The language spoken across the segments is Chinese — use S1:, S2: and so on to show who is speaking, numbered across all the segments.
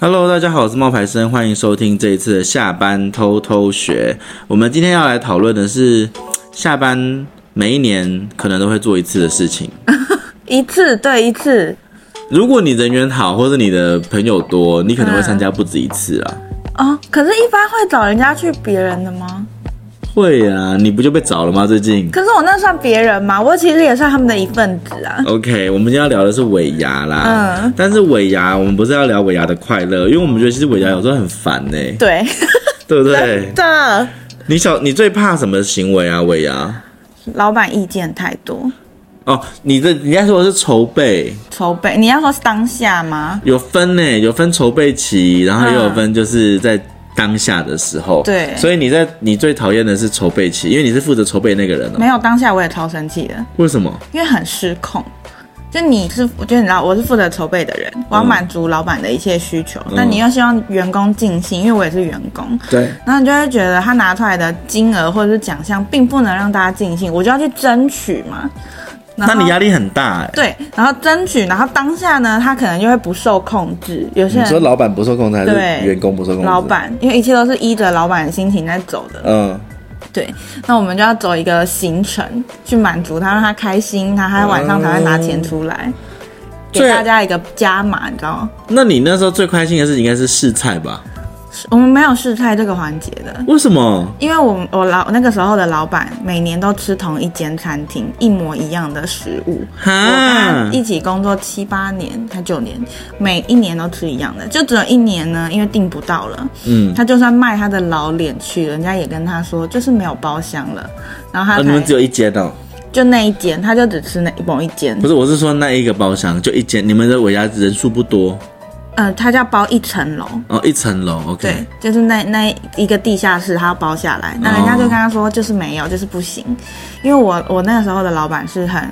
S1: Hello，大家好，我是冒牌生，欢迎收听这一次的下班偷偷学。我们今天要来讨论的是下班每一年可能都会做一次的事情。
S2: 一次对一次
S1: 如果你人缘好，或者你的朋友多，你可能会参加不止一次啊。
S2: 哦，可是，一般会找人家去别人的吗？
S1: 会啊，你不就被找了吗？最近。
S2: 可是我那算别人吗？我其实也算他们的一份子啊。
S1: OK，我们今天要聊的是尾牙啦。
S2: 嗯
S1: 但是尾牙，我们不是要聊尾牙的快乐，因为我们觉得其实尾牙有时候很烦呢、
S2: 对，
S1: 对不对？
S2: 的
S1: 你小你最怕什么行为啊？尾牙？
S2: 老板意见太多，
S1: 哦，你的你在说的是筹备，
S2: 筹备你要说是当下吗？
S1: 有分呢、有分筹备期，然后也有分就是在当下的时候。
S2: 嗯对
S1: 所以你在你最讨厌的是筹备期，因为你是负责筹备那个人哦、
S2: 没有当下我也超生气的，
S1: 为什么？
S2: 因为很失控。就你是，我觉得你知道，我是负责筹备的人，我要满足老板的一切需求，但你又希望员工尽兴，因为我也是员工，
S1: 对，
S2: 然后你就会觉得他拿出来的金额或者是奖项并不能让大家尽兴，我就要去争取嘛。然
S1: 那
S2: 后
S1: 你压力很大哎、
S2: 对，然后争取，然后当下呢，他可能就会不受控制。有些
S1: 你说
S2: 人
S1: 老板不受控制还是
S2: 对
S1: 员工不受控制？
S2: 老，板，因为一切都是依着老板的心情在走的，
S1: 嗯，
S2: 对。那我们就要走一个行程去满足他，让他开心，他他晚上才会拿钱出来，给
S1: 最
S2: 大家一个加码，你知道吗？
S1: 那你那时候最开心的事情应该是试菜吧？
S2: 我们没有试菜这个环节的，
S1: 为什么？
S2: 因为我我老那个时候的老板每年都吃同一间餐厅，一模一样的食物。
S1: 啊
S2: 我跟他
S1: 哈，
S2: 一起工作七八年，才九年，每一年都吃一样的，就只有一年呢，因为订不到了，
S1: 嗯，
S2: 他就算卖他的老脸去，人家也跟他说就是没有包厢了，然后
S1: 哦
S2: 他
S1: 你们只
S2: 才
S1: 有一间哦？
S2: 就那一间，他就只吃那某一间
S1: 不，是，我是说那一个包厢就一间，你们的尾牙人数不多
S2: 呃，他叫包一层楼，
S1: 哦，一层楼，OK。
S2: 对，就是那那一个地下室，他要包下来，那人家就跟他说就是没有，就是不行，因为我我那个时候的老板是很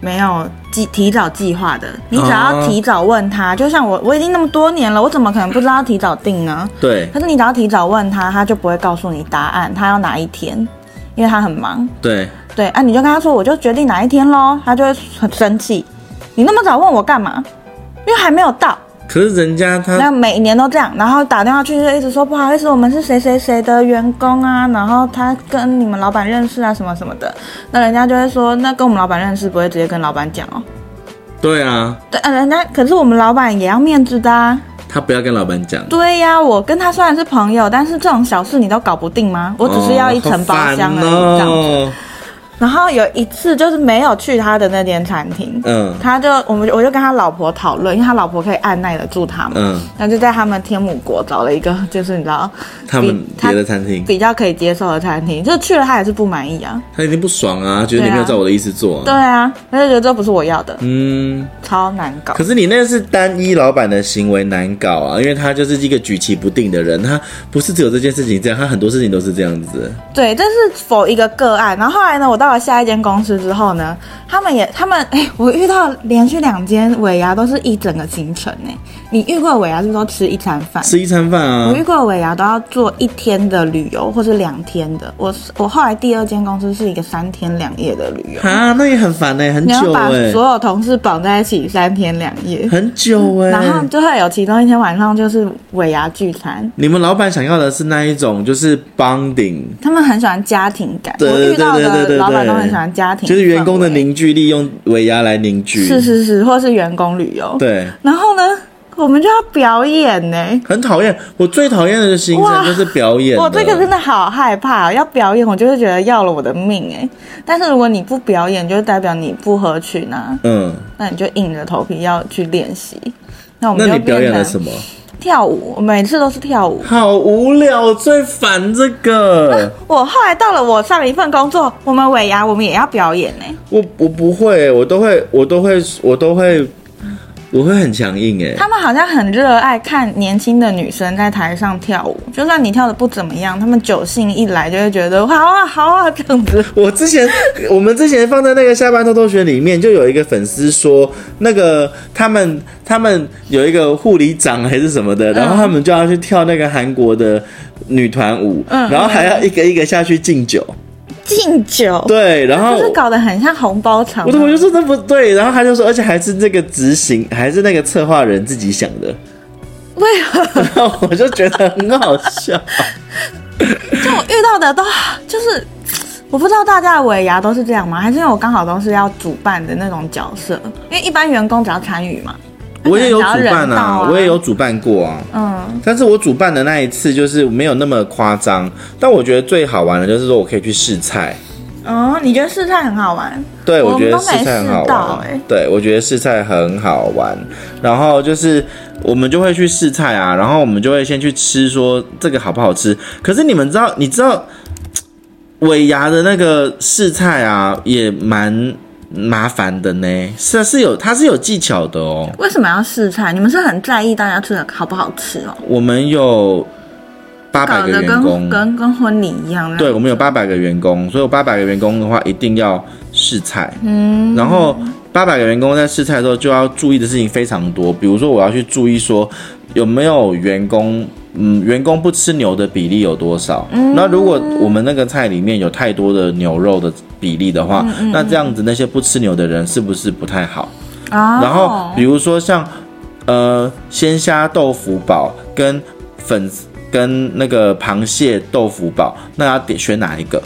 S2: 没有计提早计划的，你只要
S1: 哦
S2: 提早问他，就像我我已经那么多年了，我怎么可能不知道提早定呢？
S1: 对
S2: 可是你只要提早问他，他就不会告诉你答案，他要哪一天，因为他很忙，
S1: 对，
S2: 对啊，你就跟他说我就决定哪一天喽，他就会很生气，你那么早问我干嘛？因为还没有到。
S1: 可是人家他
S2: 那每年都这样，然后打电话去就一直说不好意思，我们是谁谁谁的员工啊，然后他跟你们老板认识啊，什么什么的。那人家就会说，那跟我们老板认识，不会直接跟老板讲哦。
S1: 对啊，
S2: 对，呃人家可是我们老板也要面子的啊。
S1: 他不要跟老板讲。
S2: 对呀、我跟他虽然是朋友，但是这种小事你都搞不定吗？我哦只是要一层包厢而已，这样子。
S1: 哦
S2: 然后有一次就是没有去他的那间餐厅，
S1: 嗯
S2: 他就我们就我就跟他老婆讨论，因为他老婆可以按耐得住他嘛，
S1: 嗯，
S2: 那就在他们天母国找了一个， 就是你知道，
S1: 他们
S2: 比
S1: 别的餐厅，
S2: 比较可以接受的餐厅，就去了他也是不满意啊，
S1: 他一定不爽啊，觉得你
S2: 对啊
S1: 没有照我的意思做、啊。
S2: 对啊，他就觉得这不是我要的，
S1: 嗯，
S2: 超难搞
S1: 可。是你那是单一老板的行为难搞啊，因为他就是一个举棋不定的人，他不是只有这件事情这样，他很多事情都是这样子。
S2: 对，这是否一个个案。然后后来呢，我到了下一间公司之后呢，他们也他们哎、我遇到连续两间尾牙都是一整个行程哎、你遇过尾牙是不是都吃一餐饭？
S1: 吃一餐饭
S2: 我
S1: 啊
S2: 遇，过尾牙都要做一天的旅游，或是两天的。我我后来第二间公司是一个三天两夜的旅游，
S1: 啊，那也很烦哎、很
S2: 你要
S1: 久
S2: 把
S1: 哎、
S2: 所有同事绑在一起三天两夜，
S1: 很久哎、
S2: 然后就会有其中一天晚上就是尾牙聚餐。
S1: 你们老板想要的是那一种就是 bonding，
S2: 他们很喜欢家庭感，
S1: 对对
S2: 我遇到
S1: 对对对
S2: 的
S1: 对
S2: 老板都很喜欢家庭氛围，
S1: 就是员工的凝聚力，用尾牙来凝聚。
S2: 是是是，或是员工旅游。
S1: 对，
S2: 然后呢，我们就要表演呢、
S1: 很讨厌。我最讨厌的行程
S2: 哇
S1: 就是表演了。
S2: 我这个真的好害怕，啊要表演我就会觉得要了我的命哎、但是如果你不表演，就代表你不合群啊，
S1: 嗯，
S2: 那你就硬着头皮要去练习。那我们
S1: 那
S2: 就
S1: 你表演了什
S2: 么？
S1: 么？
S2: 跳舞，我每次都是跳舞。
S1: 好无聊，我最烦这个。
S2: 我后来到了我上一份工作，我们尾牙我们也要表演呢、
S1: 我我不会，我都会，我都会，我都会，我会很强硬哎。
S2: 他们好像很热爱看年轻的女生在台上跳舞，就算你跳的不怎么样，他们酒兴一来就会觉得好啊好啊这样子。
S1: 我之前，我们之前放在那个下班偷偷学里面，就有一个粉丝说，那个他们他们有一个护理长还是什么
S2: 嗯
S1: 的，然后他们就要去跳那个韩国的女团舞，
S2: 嗯
S1: 然后还要一个一个下去敬酒，
S2: 敬酒，
S1: 对，然后
S2: 就是搞得很像红包啊场
S1: 我
S2: 吗。
S1: 怎么就说这不对？然后他就说，而且还是这个执行，还是那个策划人自己想的。
S2: 为何
S1: 然后我就觉得很好笑。
S2: 就我遇到的都就是，我不知道大家的尾牙都是这样吗？还是因为我刚好都是要主办的那种角色？因为一般员工只要参与嘛。
S1: 我也有主
S2: 只要
S1: 办
S2: 人到啊，
S1: 我也有主办过啊。
S2: 嗯，
S1: 但是我主办的那一次就是没有那么夸张，但我觉得最好玩的就是说我可以去试菜，
S2: 哦，你觉得试菜很好玩？
S1: 对
S2: 哦我
S1: 我
S2: 们
S1: 觉得
S2: 都
S1: 试
S2: 没
S1: 菜很
S2: 试
S1: 好
S2: 到
S1: 玩，啊
S2: 欸
S1: 对我觉得试菜很好玩。然后就是我们就会去试菜啊，然后我们就会先去吃，说这个好不好吃。可是你们知道，你知道尾牙的那个试菜啊，也蛮麻烦的呢，是啊是有它是有技巧的哦。
S2: 为什么要试菜？你们是很在意大家吃的好不好吃哦？
S1: 我们有八百
S2: 搞
S1: 个
S2: 得
S1: 员
S2: 跟
S1: 工，
S2: 跟跟婚礼一样。
S1: 对，我们有八百个员工，所以八百个员工的话，一定要试菜。
S2: 嗯，
S1: 然后八百个员工在试菜的时候，就要注意的事情非常多，比如说我要去注意说有没有员工。嗯，员工不吃牛的比例有多少？
S2: 嗯
S1: 那如果我们那个菜里面有太多的牛肉的比例的
S2: 嗯
S1: 话，那这样子那些不吃牛的人是不是不太好？
S2: 哦，
S1: 然后比如说像呃鲜虾豆腐煲跟粉丝跟那个螃蟹豆腐煲，那要点选哪一个？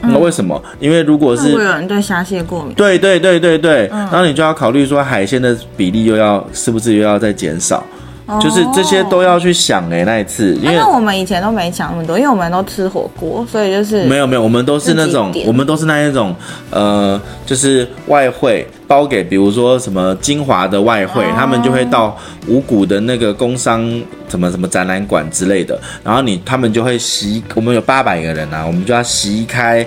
S1: 那为什么？因为如果
S2: 会不会
S1: 是
S2: 嗯有人对虾蟹过敏？
S1: 对对对对对，然后你就要考虑说海鲜的比例又要是不是又要再减少，就是这些都要去想哎、那一次，因
S2: 啊
S1: 为
S2: 哦那我们以前都没想那么多，因为我们都吃火锅，所以就是
S1: 没有没有，我们都是那种
S2: 自己，点
S1: 我们都是那一种，呃，就是外汇包给，比如说什么金华的外汇，
S2: 哦
S1: 他们就会到五谷的那个工商什么什么展览馆之类的，然后你他们就会席，我们有八百个人啊，我们就要席开。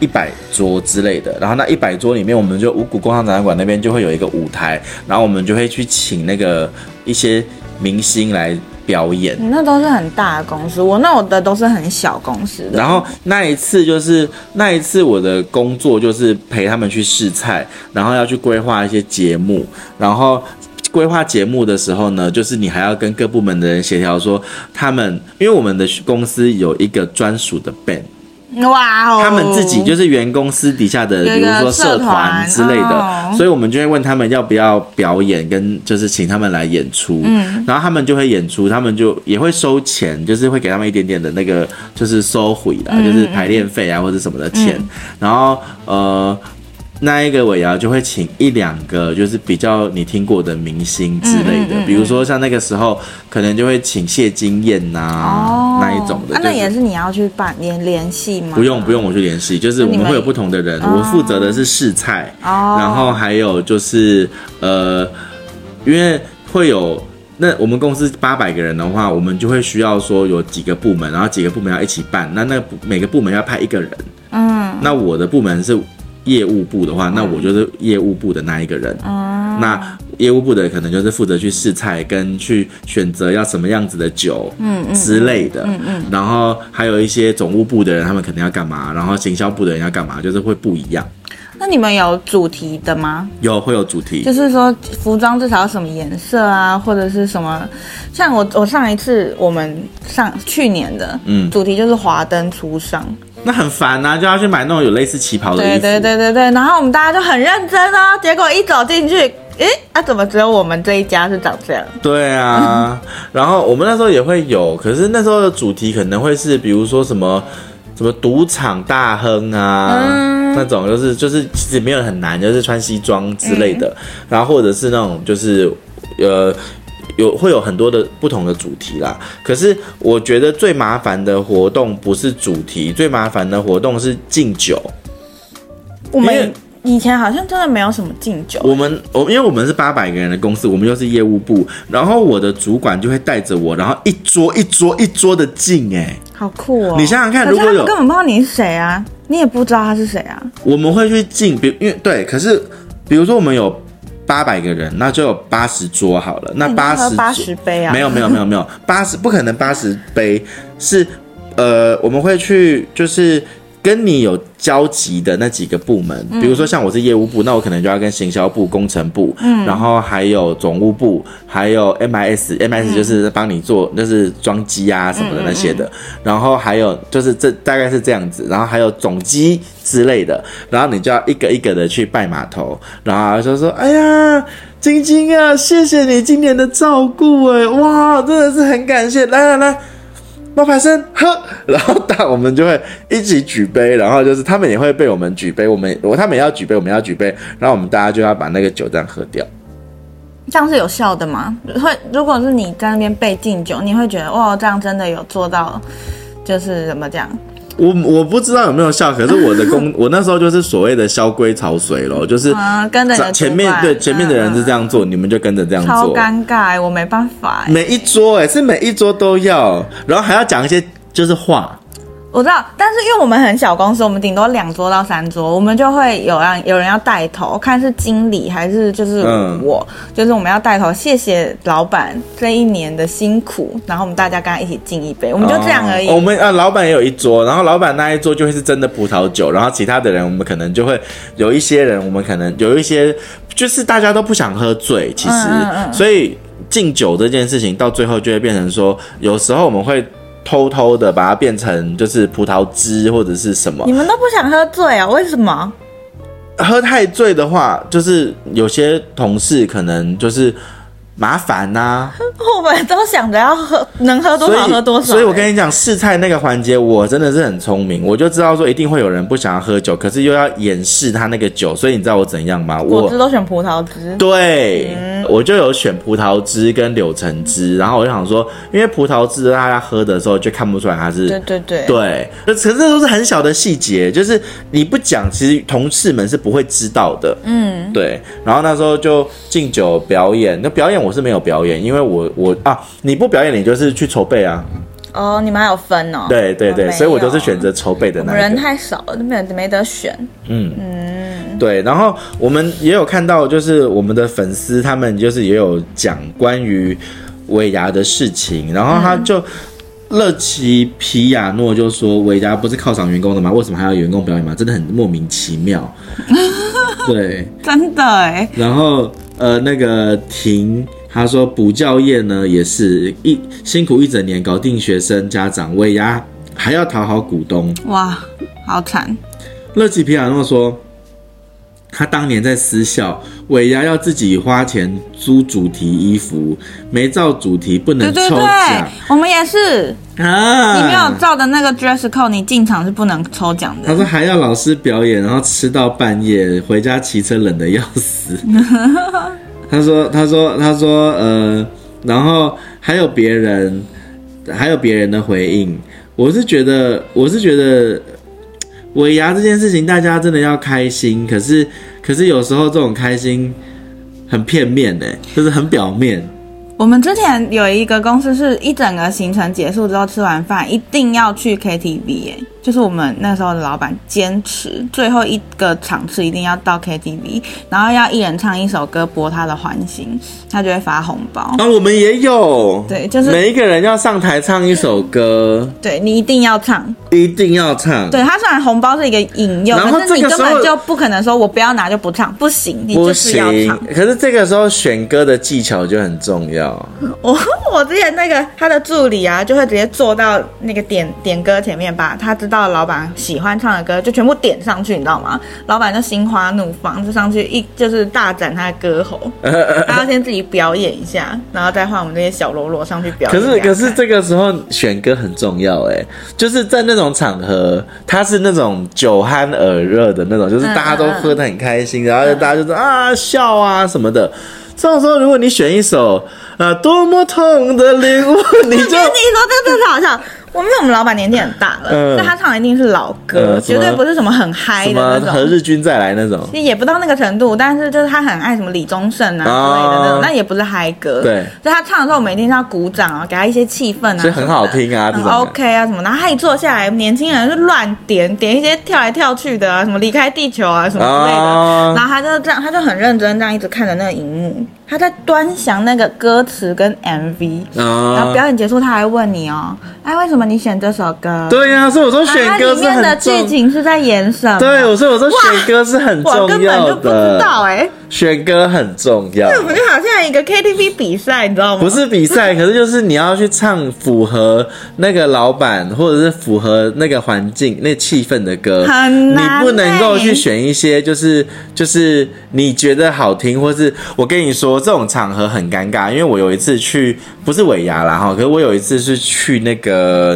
S1: 一百桌之类的，然后那一百桌里面，我们就五谷工商展览馆那边就会有一个舞台，然后我们就会去请那个一些明星来表演，
S2: 你那都是很大的公司，我那我的都是很小公司的。
S1: 然后那一次就是那一次我的工作就是陪他们去试菜，然后要去规划一些节目，然后规划节目的时候呢，就是你还要跟各部门的人协调说他们，因为我们的公司有一个专属的 band。
S2: 哇哦，
S1: 他们自己就是员工私底下的，
S2: 有
S1: 比
S2: 一
S1: 如
S2: 个
S1: 说社
S2: 社
S1: 团
S2: 团
S1: 之类的
S2: 哦，
S1: 所以我们就会问他们要不要表演，跟就是请他们来演出。嗯，然后他们就会演出，他们就也会收钱，就是会给他们一点点的那个就是收回啦，
S2: 嗯
S1: 就是排练费啊或者什么的钱。然后呃。那一个尾牙就会请一两个，就是比较你听过的明星之类
S2: 嗯
S1: 的，比如说像那个时候可能就会请谢金燕呐、
S2: 哦
S1: 那一种的，
S2: 啊
S1: 就
S2: 那
S1: 是
S2: 也是你要去办联联系吗？
S1: 不用不用我去联系，就是我
S2: 那你
S1: 们
S2: 们
S1: 会有不同的人，我负责的是试菜，
S2: 哦，
S1: 然后还有就是呃，因为会有。那我们公司八百个人的话，我们就会需要说有几个部门，然后几个部门要一起办。那那个部每个部门要派一个人。
S2: 嗯
S1: 那我的部门是业务部的话，那我就是业务部的那一个人。
S2: 嗯
S1: 那业务部的可能就是负责去试菜跟去选择要什么样子的酒，嗯之类的，嗯嗯，然后还有一些总务部的人，他们可能要干嘛，然后行销部的人要干嘛，就是会不一样，
S2: 那你们有主题的吗？
S1: 有会有主题
S2: 就，是说服装至少要什么颜色啊，或者是什么？像我我上一次我们上去年的
S1: 嗯
S2: 主题就是华灯初上，
S1: 那很烦呐、就要去买那种有类似旗袍的衣
S2: 对
S1: 服，
S2: 对对对对，然后我们大家就很认真哦，结果一走进去，诶，啊怎么只有我们这一家是长这样？
S1: 对 啊，然后我们那时候也会有，可是那时候的主题可能会是比如说什么什么赌场大亨啊，
S2: 嗯
S1: 那种就是就是其实没有很难，就是穿西装之类的，
S2: 嗯
S1: 然后或者是那种就是呃。有会有很多的不同的主题啦，可是我觉得最麻烦的活动不是主题，最麻烦的活动是敬酒。
S2: 我
S1: 因为
S2: 们以前好像真的没有什么敬酒，
S1: 我们我因为我们是八百个人的公司，我们又是业务部，然后我的主管就会带着我，然后一桌一桌一桌的敬哎、
S2: 好酷哦！
S1: 你想想看
S2: 可
S1: 如
S2: 是
S1: 果
S2: 他
S1: 有
S2: 们根本不知道你是谁啊，你也不知道他是谁啊。
S1: 我们会去敬，比因为对，可是比如说我们有八百个人，那就有八十桌好了，那
S2: 你
S1: 八
S2: 要喝
S1: 十
S2: 80杯啊
S1: 没有没有没有没有八十不可能八十杯是呃我们会去就是。跟你有交集的那几个部门，比如说像我是业务部，那我可能就要跟行销部、工程部，然后还有总务部，还有 MIS，MIS 就是帮你做，就是装机啊什么的那些的，然后还有就是这大概是这样子，然后还有总机之类的，然后你就要一个一个的去拜码头，然后就说，哎呀，晶晶啊，谢谢你今年的照顾，哎，哇，真的是很感谢，来来来。冒牌生喝， 然后大我们就会一起举杯，然后就是他们也会被我们举杯，我们我他们也要举杯，我们也要举杯，然后我们大家就要把那个酒这样喝掉。
S2: 这样是有效的吗？会，如果是你在那边被敬酒，你会觉得哇，这样真的有做到，就是怎么讲？
S1: 我我不知道有没有效，可是我的工， 我那时候就是所谓的萧规曹随咯，就是
S2: 啊跟着你的
S1: 前面
S2: 主管
S1: 对前面的人是这样做，你们就跟着这样
S2: 嗯超
S1: 做。
S2: 尴尬、我没办法、欸。
S1: 每一桌哎、是每一桌都要，然后还要讲一些就是话，
S2: 我知道，但是因为我们很小公司，我们顶多两桌到三桌，我们就会有让有人要带头，看是经理还是就是
S1: 嗯
S2: 我，就是我们要带头，谢谢老板这一年的辛苦，然后我们大家跟他一起敬一杯，我们就这样而已。
S1: 哦我们啊，老板也有一桌，然后老板那一桌就会是真的葡萄酒，然后其他的人我们可能就会有一些人，我们可能有一些就是大家都不想喝醉，其实，
S2: 嗯嗯嗯
S1: 所以敬酒这件事情到最后就会变成说，有时候我们会。偷偷的把它变成就是葡萄汁或者是什么
S2: 你，们都不想喝醉啊？为什么？
S1: 喝太醉的话，就是有些同事可能就是麻烦啊呐、
S2: 我们都想着要喝，能喝多
S1: 所以，
S2: 少喝多少、欸
S1: 所。以我跟你讲，试菜那个环节，我真的是很聪明，我就知道说一定会有人不想要喝酒，可是又要掩饰他那个酒，所以你知道我怎样吗？
S2: 果汁嗯
S1: 我。
S2: 都选葡萄汁，
S1: 对，我就有选葡萄汁跟柳橙汁，然后我就想说，因为葡萄汁大家喝的时候就看不出来它是
S2: 对对对，
S1: 对，可是这都是很小的细节，就是你不讲，其实同事们是不会知道的。嗯，对。然后那时候就敬酒表演，那表演我是没有表演，因为我我啊，你不表演，你就是去筹备啊。
S2: 哦，你们还有分哦。
S1: 对对
S2: 我没
S1: 对，
S2: 有
S1: 所以我都是选择筹备的
S2: 我们
S1: 那一
S2: 人
S1: 个。
S2: 太少了，都没有没得选。
S1: 对，然后我们也有看到，就是我们的粉丝他们就是也有讲关于尾牙的事情，然后他
S2: 嗯
S1: 就。乐奇皮亚诺就说：“尾牙不是犒赏员工的吗？为什么还要有员工表演吗？真的很莫名其 妙。”对，
S2: 真的哎，
S1: 然后呃，那个婷她说补教业呢也是一辛苦一整年搞定学生家长，尾牙还要讨好股东。
S2: 哇，好惨。
S1: 乐奇皮亚诺说，他当年在私校，尾牙要自己花钱租主题衣服，没照主题不
S2: 对
S1: 能
S2: 对
S1: 抽
S2: 对
S1: 奖，
S2: 我们也是，
S1: 啊！
S2: 你没有照的那个 dress code，你进场是不能抽奖
S1: 他
S2: 的。
S1: 说还要老师表演，然后吃到半夜，回家骑车冷的要死。 他说，他说，他说，呃，然后还有别人，还有别人的回应。我是觉得，我是觉得，尾牙这件事情，大家真的要开心。可是，可是有时候这种开心很片面呢、就是很表面。
S2: 我们之前有一个公司是一整个行程结束之后吃完饭一定要去 KTV，哎，就是我们那时候的老板坚持最后一个场次一定要到 KTV，然后要一人唱一首歌博他的欢心，他就会发红包。
S1: 啊，我们也有，
S2: 对就是
S1: 每一个人要上台唱一首歌，
S2: 对你一定要唱，
S1: 一定要唱。
S2: 对他虽然红包是一个引诱，
S1: 嗯然后
S2: 可是你
S1: 这个
S2: 根
S1: 时候
S2: 本就不可能说我不要拿就不唱，不行，你
S1: 不
S2: 就是要
S1: 行
S2: 唱。，
S1: 可是这个时候选歌的技巧就很重要。
S2: 我 我之前那个他的助理啊，就会直接坐到那个点点歌前面，把他知道老板喜欢唱的歌就全部点上去，你知道吗？老板就心花怒放，就上去一就是大展他的 歌喉，他要先自己表演一下，然后再换我们这些小喽啰上去表
S1: 可
S2: 演。
S1: 是可是这个时候选歌很重要哎、就是在那种场合，他是那种酒酣耳热的那种，就是
S2: 嗯
S1: 大家都喝得很开心，然后大家就是啊笑啊什么的。这种时候，如果你选一首呃多么痛的领 悟，你
S2: 我
S1: 就
S2: 跟你说，这真的好笑。我们我们老板年纪很大了，
S1: 嗯
S2: 所以他唱的一定是老歌，
S1: 嗯什
S2: 绝
S1: 么
S2: 对不是什么很嗨
S1: 什
S2: 的
S1: 么
S2: 那种。
S1: 何日君再来那种。
S2: 也不到那个程度，但是就是他很爱什么李宗盛啊之类的那种，
S1: 啊
S2: 那、也不是嗨歌。
S1: 对
S2: 所以他唱的时候，我们一定是要鼓掌啊，给他一些气氛啊，
S1: 所以很好听啊
S2: 什
S1: 这种
S2: 么的很 OK 啊什么的。然后他一坐下来，年轻人就乱点点一些跳来跳去的啊，什么离开地球啊什么之类的。
S1: 啊
S2: 然后他就这样，他就很认真这样一直看着那个荧幕，他在端详那个歌词跟 MV。然后
S1: 啊！
S2: 表演结束，他还问你哦，哎，为什么你选这首歌？
S1: 对呀、所以我说
S2: 啊，
S1: 选歌
S2: 它里
S1: 是
S2: 面的
S1: 很
S2: 剧
S1: 重，
S2: 情是在演什么？
S1: 对，我说我说选歌是很重
S2: 我
S1: 要的。
S2: 根本就不知道哎、
S1: 选歌很重要。
S2: 那我们就好像一个 KTV 比赛，你知道吗？
S1: 不是比赛，可是就是你要去唱符合那个老板或者是符合那个环境、那气氛的歌，
S2: 很
S1: 你
S2: 难
S1: 不能够
S2: 欸
S1: 去选一些就是就是你觉得好听，或是我跟你说这种场合很尴尬，因为我有一次去不是尾牙啦哈，可是我有一次是去那个。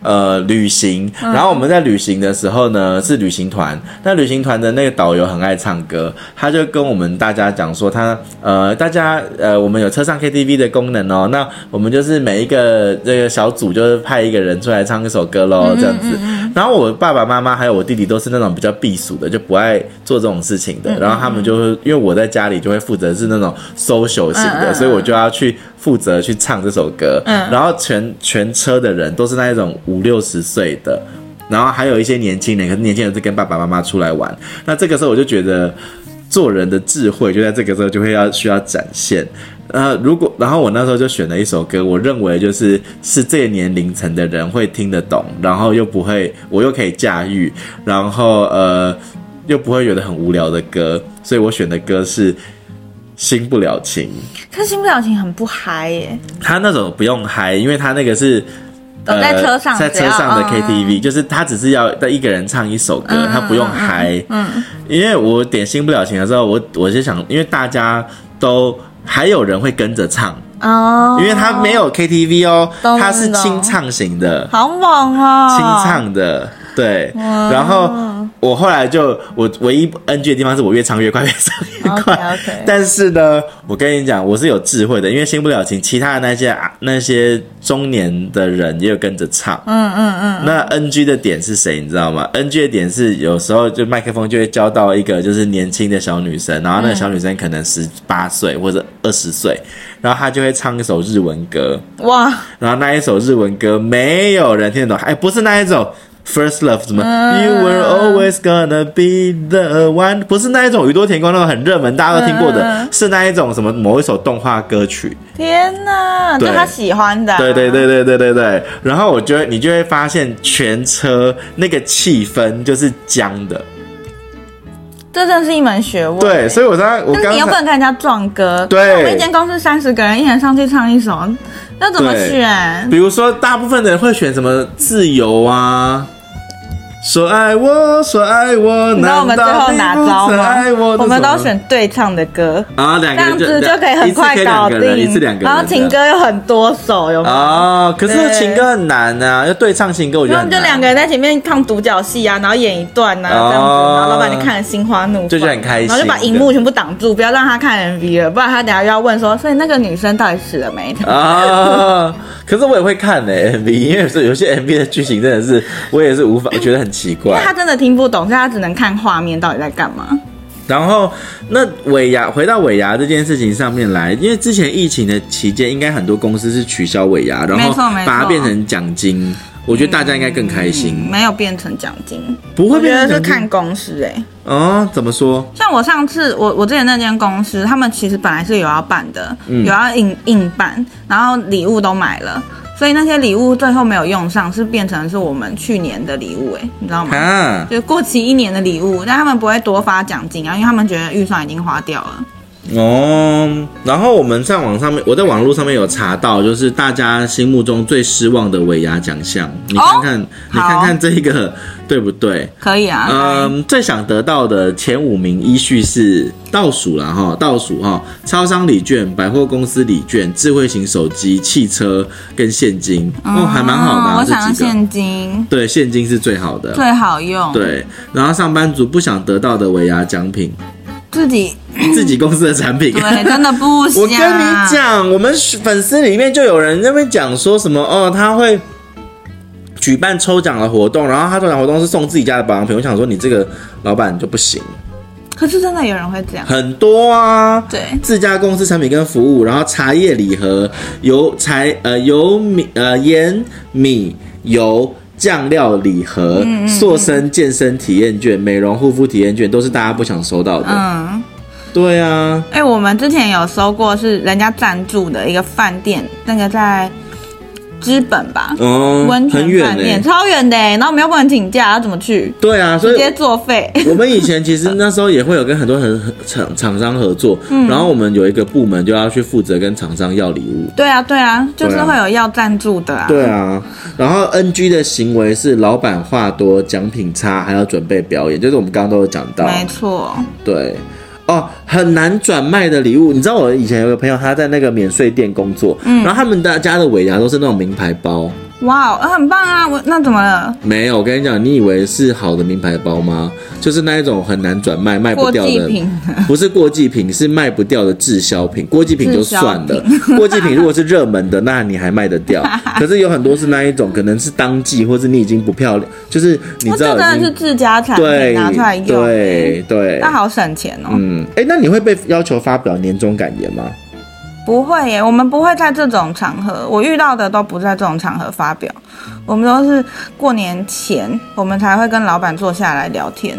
S1: 呃，旅行，
S2: 嗯
S1: 然后我们在旅行的时候呢，是旅行团。那旅行团的那个导游很爱唱歌，他就跟我们大家讲说他，呃，大家呃，我们有车上 KTV 的功能哦。那我们就是每一个这个小组就是派一个人出来唱一首歌
S2: 嗯
S1: 喽，这样子。然后我爸爸妈妈还有我弟弟都是那种比较避暑的，就不爱做这种事情
S2: 嗯
S1: 的。然后他们就会，因为我在家里就会负责是那种 social 型
S2: 嗯嗯
S1: 的，
S2: 嗯
S1: 所以我就要去负责去唱这首歌。
S2: 嗯
S1: 然后全全车的人都是那一种五六十岁的，然后还有一些年轻人，可是年轻人是跟爸爸妈妈出来玩。那这个时候我就觉得，做人的智慧就在这个时候就会要需要展现。呃，如果然后我那时候就选了一首歌，我认为就是是这个年龄层的人会听得懂，然后又不会，我又可以驾驭，然后呃又不会觉得很无聊的歌，所以我选的歌是《新不了情》。
S2: 他新表情很不嗨耶，
S1: 他那种不用嗨，因为他那个是。
S2: 哦在车上
S1: 呃在
S2: 只
S1: 车
S2: 要
S1: 上的
S2: 嗯
S1: KTV，、就是他只是要一个人唱一首歌，他不用嗨。
S2: 嗯，
S1: 因为我点新不了情的时候，我我就想，因为大家都还有人会跟着唱，
S2: 哦，
S1: 因为他没有 KTV 哦，
S2: 懂
S1: 他是清唱型的，
S2: 好猛哦，
S1: 清唱的，对。然后我后来就我唯一 NG 的地方是我越唱越快，越唱越快。
S2: OK，OK
S1: 但是呢，我跟你讲，我是有智慧的，因为新不了情，其他的那些啊那些中年的人也有跟着唱。
S2: 嗯嗯
S1: 那 NG 的点是谁，你知道吗？NG 的点是有时候就麦克风就会交到一个就是年轻的小女生，然后那个
S2: 嗯
S1: 小女生可能十八岁或者二十岁，然后她就会唱一首日文歌，
S2: 嗯，哇，
S1: 然后那一首日文歌没有人听得懂，哎，不是那一种。First love 什么、
S2: 嗯
S1: You were always gonna be the one，不是那一种宇多田光那种很热门大家都听过的，
S2: 嗯
S1: 是那一种什么某一首动画歌曲，
S2: 天哪，就
S1: 对
S2: 他喜欢的啊，
S1: 对对对对对对对。然后我觉得你就会发现全车那个气氛就是僵的，
S2: 这真是一门学问。
S1: 对，所以我刚我
S2: 但是
S1: 刚
S2: 你又不
S1: 才
S2: 能跟人家撞歌。
S1: 对
S2: 我们一间公司三十个人，一人上去唱一首，那怎么
S1: 对
S2: 选？
S1: 比如说大部分的人会选什么自由啊。说爱我，说爱我，
S2: 你知道
S1: 难
S2: 我们最
S1: 道
S2: 后
S1: 你
S2: 哪
S1: 不
S2: 招
S1: 曾
S2: 吗
S1: 爱我？？
S2: 我们
S1: 这
S2: 都
S1: 种
S2: 选对唱的歌，
S1: 啊，两个
S2: 这
S1: 人
S2: 样子就可以
S1: 一
S2: 很
S1: 次可
S2: 快
S1: 以
S2: 搞
S1: 两个人，一
S2: 定
S1: 次两。个人，
S2: 然后情歌又很多首，有没有？
S1: 啊，可是
S2: 对
S1: 情歌很难啊，要对唱情歌我觉得
S2: 然
S1: 很
S2: 后就
S1: 难，
S2: 两个人在前面唱独角戏啊，然后演一段呐、啊，这样子，
S1: 哦
S2: 然后老板就看得心花怒放，
S1: 就觉得很开心
S2: 然后就把荧幕全部挡住，不要让他看 MV 了，不然他等下又要问说，所以那个女生到底死了没？
S1: 呃啊！可是我也会看呢、MV，因为有时候有些 MV 的剧情真的是我也是无法，我觉得很奇
S2: 因为
S1: 怪。
S2: 他真的听不懂，所以他只能看画面到底在干嘛。
S1: 然后那尾牙回到尾牙这件事情上面来，因为之前疫情的期间，应该很多公司是取消尾牙，然
S2: 没
S1: 后
S2: 错没错
S1: 把它变成奖金，我觉得大家应该更开心，
S2: 没有变成奖金，
S1: 不会
S2: 嗯我觉
S1: 变
S2: 得
S1: 成
S2: 是
S1: 奖金
S2: 看公司哎、
S1: 哦，怎么说？
S2: 像我上次，我我之前那间公司，他们其实本来是有要办的，
S1: 嗯
S2: 有要硬硬办，然后礼物都买了，所以那些礼物最后没有用上，是变成是我们去年的礼物、欸，你知道吗？
S1: 啊，
S2: 就是过期一年的礼物，但他们不会多发奖金啊，因为他们觉得预算已经花掉了。
S1: 哦，然后我们在网上面，我在网络上面有查到，就是大家心目中最失望的尾牙奖项，你
S2: 哦
S1: 看看，你看看这个对不对？
S2: 可以啊，可以
S1: 嗯，最想得到的前五名依序是倒数啦哈，倒数哈，超商礼券、百货公司礼券、智慧型手机、汽车跟现金，哦，还蛮好的、
S2: 嗯
S1: 啊
S2: 我想要
S1: 这几个。
S2: 现金
S1: 对，现金是最好的。
S2: 最好用，，
S1: 对，然后上班族不想得到的尾牙奖 品，
S2: 自己
S1: 自己公司的产品。
S2: 对真的不行。
S1: 我跟你，讲，我们粉丝里面就有人在那边讲说什么哦，他会举办抽奖的活动，然后他抽奖活动是送自己家的保养品。我想说，你这个老板就不行，
S2: 可是真的有人会这样，
S1: 很多啊。
S2: 对，
S1: 自家公司产品跟服务，然后茶叶礼盒、油柴呃油米呃盐米油酱料礼盒、
S2: 嗯
S1: 塑身健身体验券、美容护肤体验券，都是大家不想收到的。
S2: 嗯。
S1: 对啊，
S2: 哎、我们之前有收过是人家赞助的一个饭店，那个在知本吧，
S1: 嗯，
S2: 温泉
S1: 很远
S2: 饭
S1: 呢、
S2: 店超远的欸，然后我们又不能请假，要怎么去？
S1: 对啊，所以
S2: 直接作废。
S1: 我们以前其实那时候也会有跟很多很很厂厂商合作，
S2: 嗯
S1: 然后我们有一个部门就要去负责跟厂商要礼物。
S2: 对啊，对啊，就是
S1: 对啊
S2: 会有要赞助的啊。
S1: 对啊，然后 NG 的行为是老板话多，奖品差，还要准备表演，就是我们刚刚都有讲到。
S2: 没错，
S1: 对，哦，很难转卖的礼物。你知道我以前有个朋友，他在那个免税店工作，
S2: 嗯
S1: 然后他们大家的尾牙都是那种名牌包。
S2: 哇哦，呃很棒啊！我那怎么了？
S1: 没有，我跟你讲，你以为是好的名牌包吗？就是那一种很难转卖、卖不
S2: 过
S1: 掉
S2: 季
S1: 的，
S2: 品，
S1: 不是过季品，是卖不掉的滞销品。过季品就算了
S2: 滞，
S1: 过季品如果是热门的，那你还卖得 掉。可是有很多是那一种，可能是当季，或是你已经不漂亮，就是你
S2: 那
S1: 知
S2: 这
S1: 道
S2: 真的
S1: 已
S2: 是
S1: 经
S2: 自家产品
S1: 对
S2: 拿出来用欸，
S1: 对对
S2: 那，好省钱哦。
S1: 嗯，哎，那你会被要求发表年终感言吗？
S2: 不会耶，我们不会在这种场合，我遇到的都不在这种场合发表，
S1: 嗯
S2: 我们都是过年前我们才会跟老板坐下来聊天。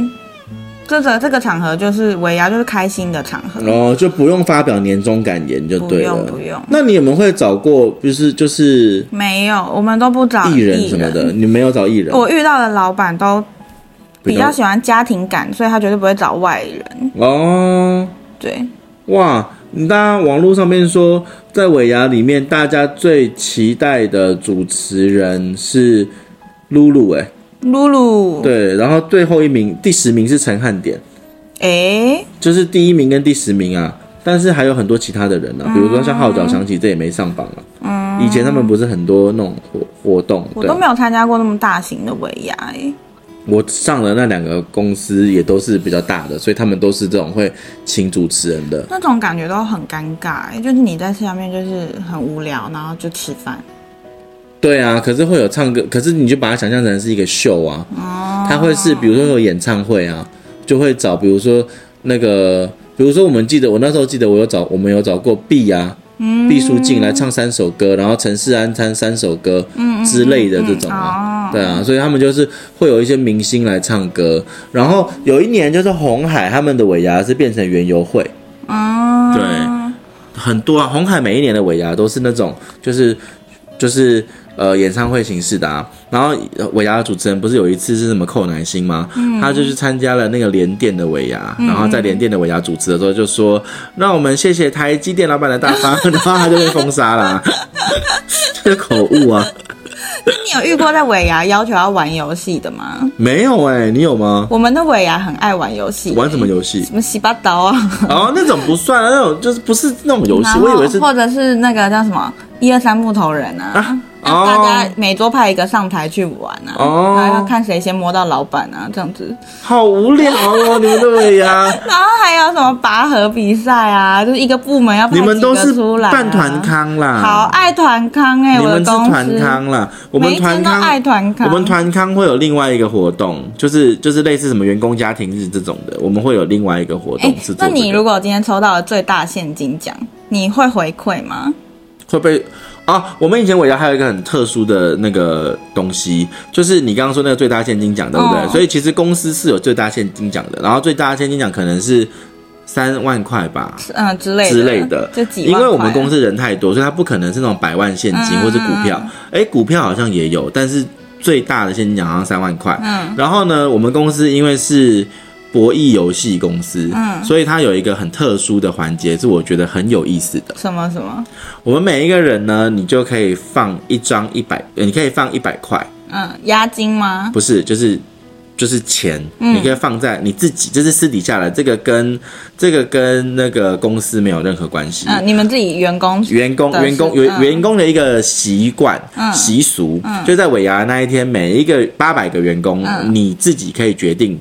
S2: 这个这个场合就是尾牙，就是开心的场合。
S1: 哦，就不用发表年终感言就对了。
S2: 嗯不用不用
S1: 那你有没有会找过，就是就是
S2: 没有，我们都不找
S1: 艺人什么的？你没有找艺人？
S2: 我遇到的老板都比较
S1: 较
S2: 喜欢家庭感，所以他绝对不会找外人。
S1: 哦，
S2: 对，
S1: 哇！你大家网络上面说，在尾牙里面，大家最期待的主持人是露露，
S2: 哦
S1: 哎，
S2: 露露，
S1: 对，然后最后一名，第十名是陈汉典，
S2: 哎，
S1: 就是第一名跟第十名啊。但是还有很多其他的人
S2: 嗯
S1: 啊，比如说像号角响起，这也没上榜啊。嗯，以前他们不是很多那种活活动，
S2: 我
S1: 对
S2: 都没有参加过那么大型的尾牙，哎，
S1: 我上的那两个公司也都是比较大的，所以他们都是这种会请主持人的。
S2: 那种感觉都很尴尬，哎，就是你在下面就是很无聊，然后就吃饭。
S1: 对啊，可是会有唱歌，可是你就把它想象成是一个秀啊，
S2: 哦，
S1: 它会是比如说有演唱会啊，就会找比如说那个，比如说我们记得我那时候记得我有找我们有找过 B 啊，毕书尽来唱三首歌，然后陈势安唱三首歌之类的这种啊，对啊，所以他们就是会有一些明星来唱歌，然后有一年就是红海他们的尾牙是变成园游会。
S2: 嗯，
S1: 对很多啊，红海每一年的尾牙都是那种，就是就是呃演唱会形式的啊。然后呃尾牙的主持人不是有一次是什么寇乃馨吗？他就去参加了那个联电的尾牙，然后在联电的尾牙主持的时候就说：“让我们谢谢台积电老板的大方。”然后他就被封杀啦、这是口误啊，
S2: 那你有遇过在尾牙要求要玩游戏的吗？
S1: 没有哎、你有吗？
S2: 我们的尾牙很爱玩游戏，
S1: 玩什么游戏
S2: 什？么洗把刀啊，
S1: 哦，那种不算啊，那种就是不是那种游
S2: 然
S1: 戏，
S2: 后
S1: 我以为是
S2: 或者是那个叫什么一二三木头人啊。
S1: 啊
S2: 让大
S1: 哦
S2: 家，每周派一个上台去玩啊，
S1: 哦
S2: 然后要看谁先摸到老板啊，这样子。
S1: 好无聊哦，你们的尾牙。
S2: 然后还有什么拔河比赛啊，就是一个部门要派
S1: 你们都
S2: 几
S1: 是
S2: 个出来、啊，
S1: 办团，康啦，
S2: 好爱团康哎、
S1: 你
S2: 我
S1: 们
S2: 的
S1: 是
S2: 公司
S1: 团康啦，我们
S2: 每一
S1: 团
S2: 间都
S1: 康
S2: 爱团康，
S1: 我们团康会有另外一个活动，就是就是类似什么员工家庭日这种的，我们会有另外一个活
S2: 哎、
S1: 动是做、这
S2: 那
S1: 个
S2: 你如果今天抽到了最大现金奖，你会回馈吗？
S1: 会被啊，我们以前尾牙还有一个很特殊的那个东西，就是你刚刚说那个最大现金奖，对不对？
S2: 哦
S1: 所以其实公司是有最大现金奖的，然后最大现金奖可能是三万块吧，
S2: 嗯、之类的
S1: 之类的，
S2: 就几
S1: 因
S2: 万块啊
S1: 为我们公司人太多，所以它不可能是那种百万现金
S2: 嗯
S1: 或是股票。哎、股票好像也有，但是最大的现金奖好像三万块。
S2: 嗯
S1: 然后呢，我们公司因为是博弈游戏公司，
S2: 嗯
S1: 所以它有一个很特殊的环节，是我觉得很有意思的。
S2: 什么什么，
S1: 我们每一个人呢，你就可以放一张一百，呃你可以放一百块，
S2: 嗯，押金吗？
S1: 不是，就是就是钱，
S2: 嗯
S1: 你可以放在你自己，这是私底下的，这个跟这个跟那个公司没有任何关系。
S2: 嗯，你们自己员工
S1: 员工
S2: 的
S1: 员工
S2: 是
S1: 员
S2: 嗯
S1: 员工的一个习惯、
S2: 嗯
S1: 习俗，就在尾牙那一天，每一个八百个员工，
S2: 嗯
S1: 你自己可以决定。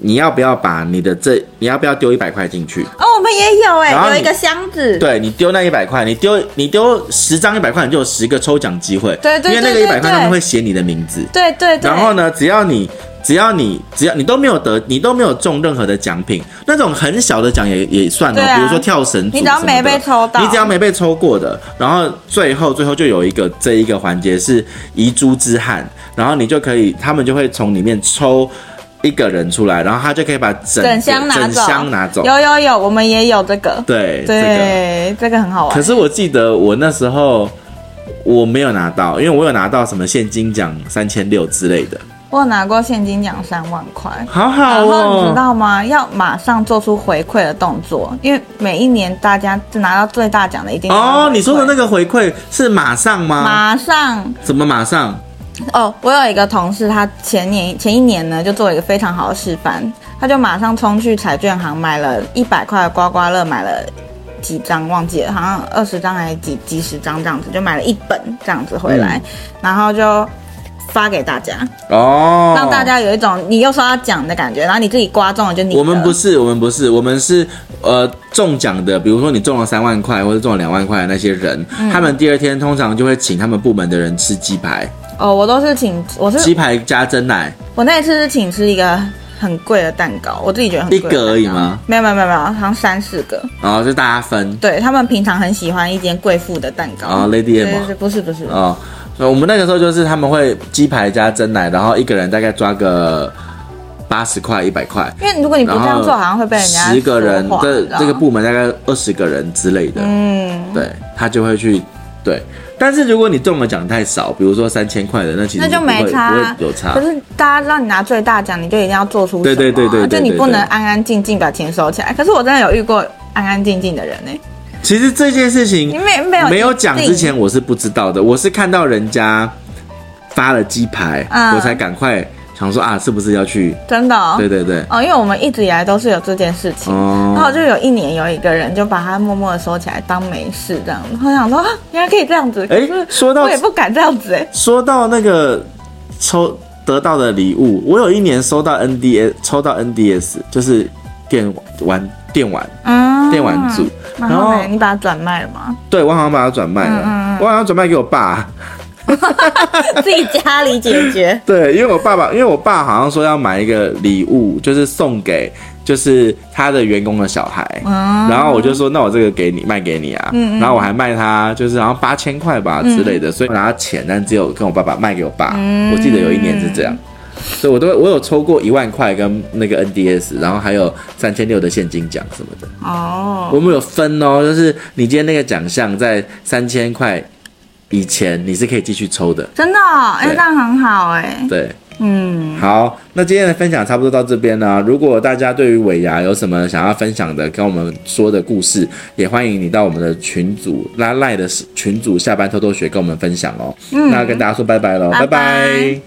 S1: 你要不要把你的这你要不要丢一百块进去？
S2: 哦，我们也有哎、
S1: 然后
S2: 有
S1: 你
S2: 一个箱子，
S1: 对你丢那一百块，你丢你丢十张一百块，你就有十个抽奖机会。
S2: 对对
S1: 因为那个
S2: 对
S1: 一
S2: 对
S1: 百块他
S2: 对
S1: 们会写你的名字。
S2: 对对对，
S1: 然后呢，只要你只要你只要你都没有得，你都没有中任何的奖品，那种很小的奖也也算哦，
S2: 对啊
S1: 比如说跳绳组
S2: 你只要
S1: 什么的
S2: 没被抽到
S1: 你只要没被抽过的，然后最后最后就有一个这一个环节是遗珠之憾，然后你就可以，他们就会从里面抽。一个人出来，然后他就可以把整
S2: 整箱拿走，
S1: 整箱拿走。
S2: 有有有，我们也有这个，
S1: 对，这个。
S2: 对，这个很好玩。
S1: 可是我记得我那时候，我没有拿到，因为我有拿到什么现金奖三千六之类的，
S2: 我有拿过现金奖三万块。
S1: 好好
S2: 然后你知
S1: 哦。
S2: 道吗？要马上做出回馈的动作，因为每一年大家拿到最大奖的一定
S1: 哦，你说的那
S2: 个
S1: 个回馈是马上吗？
S2: 马上
S1: 怎么马上？
S2: 哦，我有一个同事，他前年前一年呢就做了一个非常好的示范，他就马上冲去彩券行买了一百块的刮刮乐，买了几张忘记了，好像二十张还是几几十张这样子，就买了一本这样子回来，
S1: 嗯
S2: 然后就发给大家，
S1: 哦，
S2: 让大家有一种你又刷到奖的感觉，然后你自己刮中了就你的
S1: 我们不是，我们不是，我们是呃中奖的，比如说你中了三万块或者中了两万块的那些人，
S2: 嗯
S1: 他们第二天通常就会请他们部门的人吃鸡排，
S2: 哦，我都是请我是
S1: 鸡排加蒸奶，
S2: 我那一次是请吃一个很贵的蛋糕，我自己觉得很贵的
S1: 一个而已
S2: 蛋糕
S1: 吗？
S2: 没有没有没有没有，好像三四个。
S1: 然哦后就大家分
S2: 对他们平常很喜欢一间贵妇的蛋糕
S1: 啊，Lady
S2: 对
S1: M
S2: 对
S1: 啊
S2: 对，不是不是，
S1: 哦，所以我们那个时候就是他们会鸡排加蒸奶，然后一个人大概抓个八十块一百块，
S2: 因为如果你不这样做，好像会被人家
S1: 十个人
S2: 说啊话
S1: 这
S2: 你知道
S1: 这个部门大概二十个人之类的，
S2: 嗯，
S1: 对他就会去对。但是如果你中了奖太少，比如说三千块的，那其实
S2: 那就
S1: 不会
S2: 没差啊
S1: 不会有差
S2: 可。是大家知道你拿最大奖，你就一定要做出
S1: 对对
S2: 什么啊
S1: 对对对
S2: 就你
S1: 对
S2: 不
S1: 对
S2: 能安安静静把钱收起来。可是我真的有遇过安安静静的人呢、
S1: 其实这件事情
S2: 你没没有
S1: 没有
S2: 一定
S1: 讲之前，我是不知道的，我是看到人家发了鸡排，
S2: 嗯
S1: 我才赶快想说啊，是不是要去？
S2: 真的哦、
S1: 对对对，
S2: 哦，因为我们一直以来都是有这件事情，
S1: 哦
S2: 然后就有一年有一个人就把它默默的收起来当没事这样，我想说啊，原来可以这样子，可
S1: 哎
S2: 是
S1: 说到
S2: 我也不敢这样子哎、
S1: 说到那个抽得到的礼物，我有一年收到 NDS，抽到 NDS 就是电玩电玩
S2: 嗯，
S1: 电玩组，
S2: 然
S1: 然
S2: 后
S1: 后
S2: 呢？你把它转卖了 吗？
S1: 对我好像把它转卖了，
S2: 嗯
S1: 我好像转卖给我爸。
S2: 自己家里解决。
S1: 对，因为我爸爸，因为我爸好像说要买一个礼物，就是送给就是他的员工的小孩。
S2: 嗯，
S1: 然后我就说，那我这个给你卖给你啊，然后我还卖他，就是好像八千块吧之类的，所以我拿钱，但只有跟我爸爸卖给我爸。我记得有一年是这样，所以我都我有抽过一万块跟那个 NDS，然后还有三千六的现金奖什么的，
S2: 哦，
S1: 我们有分哦，就是你今天那个奖项在三千块以前你是可以继续抽的，
S2: 真的哦，哎、
S1: 对
S2: 这样很好哎。
S1: 对。
S2: 嗯，
S1: 好，那今天的分享差不多到这边啦、如果大家对于尾牙有什么想要分享的，跟我们说的故事，也欢迎你到我们的群组
S2: 嗯
S1: 嗯拉赖的群组下班偷偷学跟我们分享哦。那跟大家说拜拜喽，拜
S2: 拜拜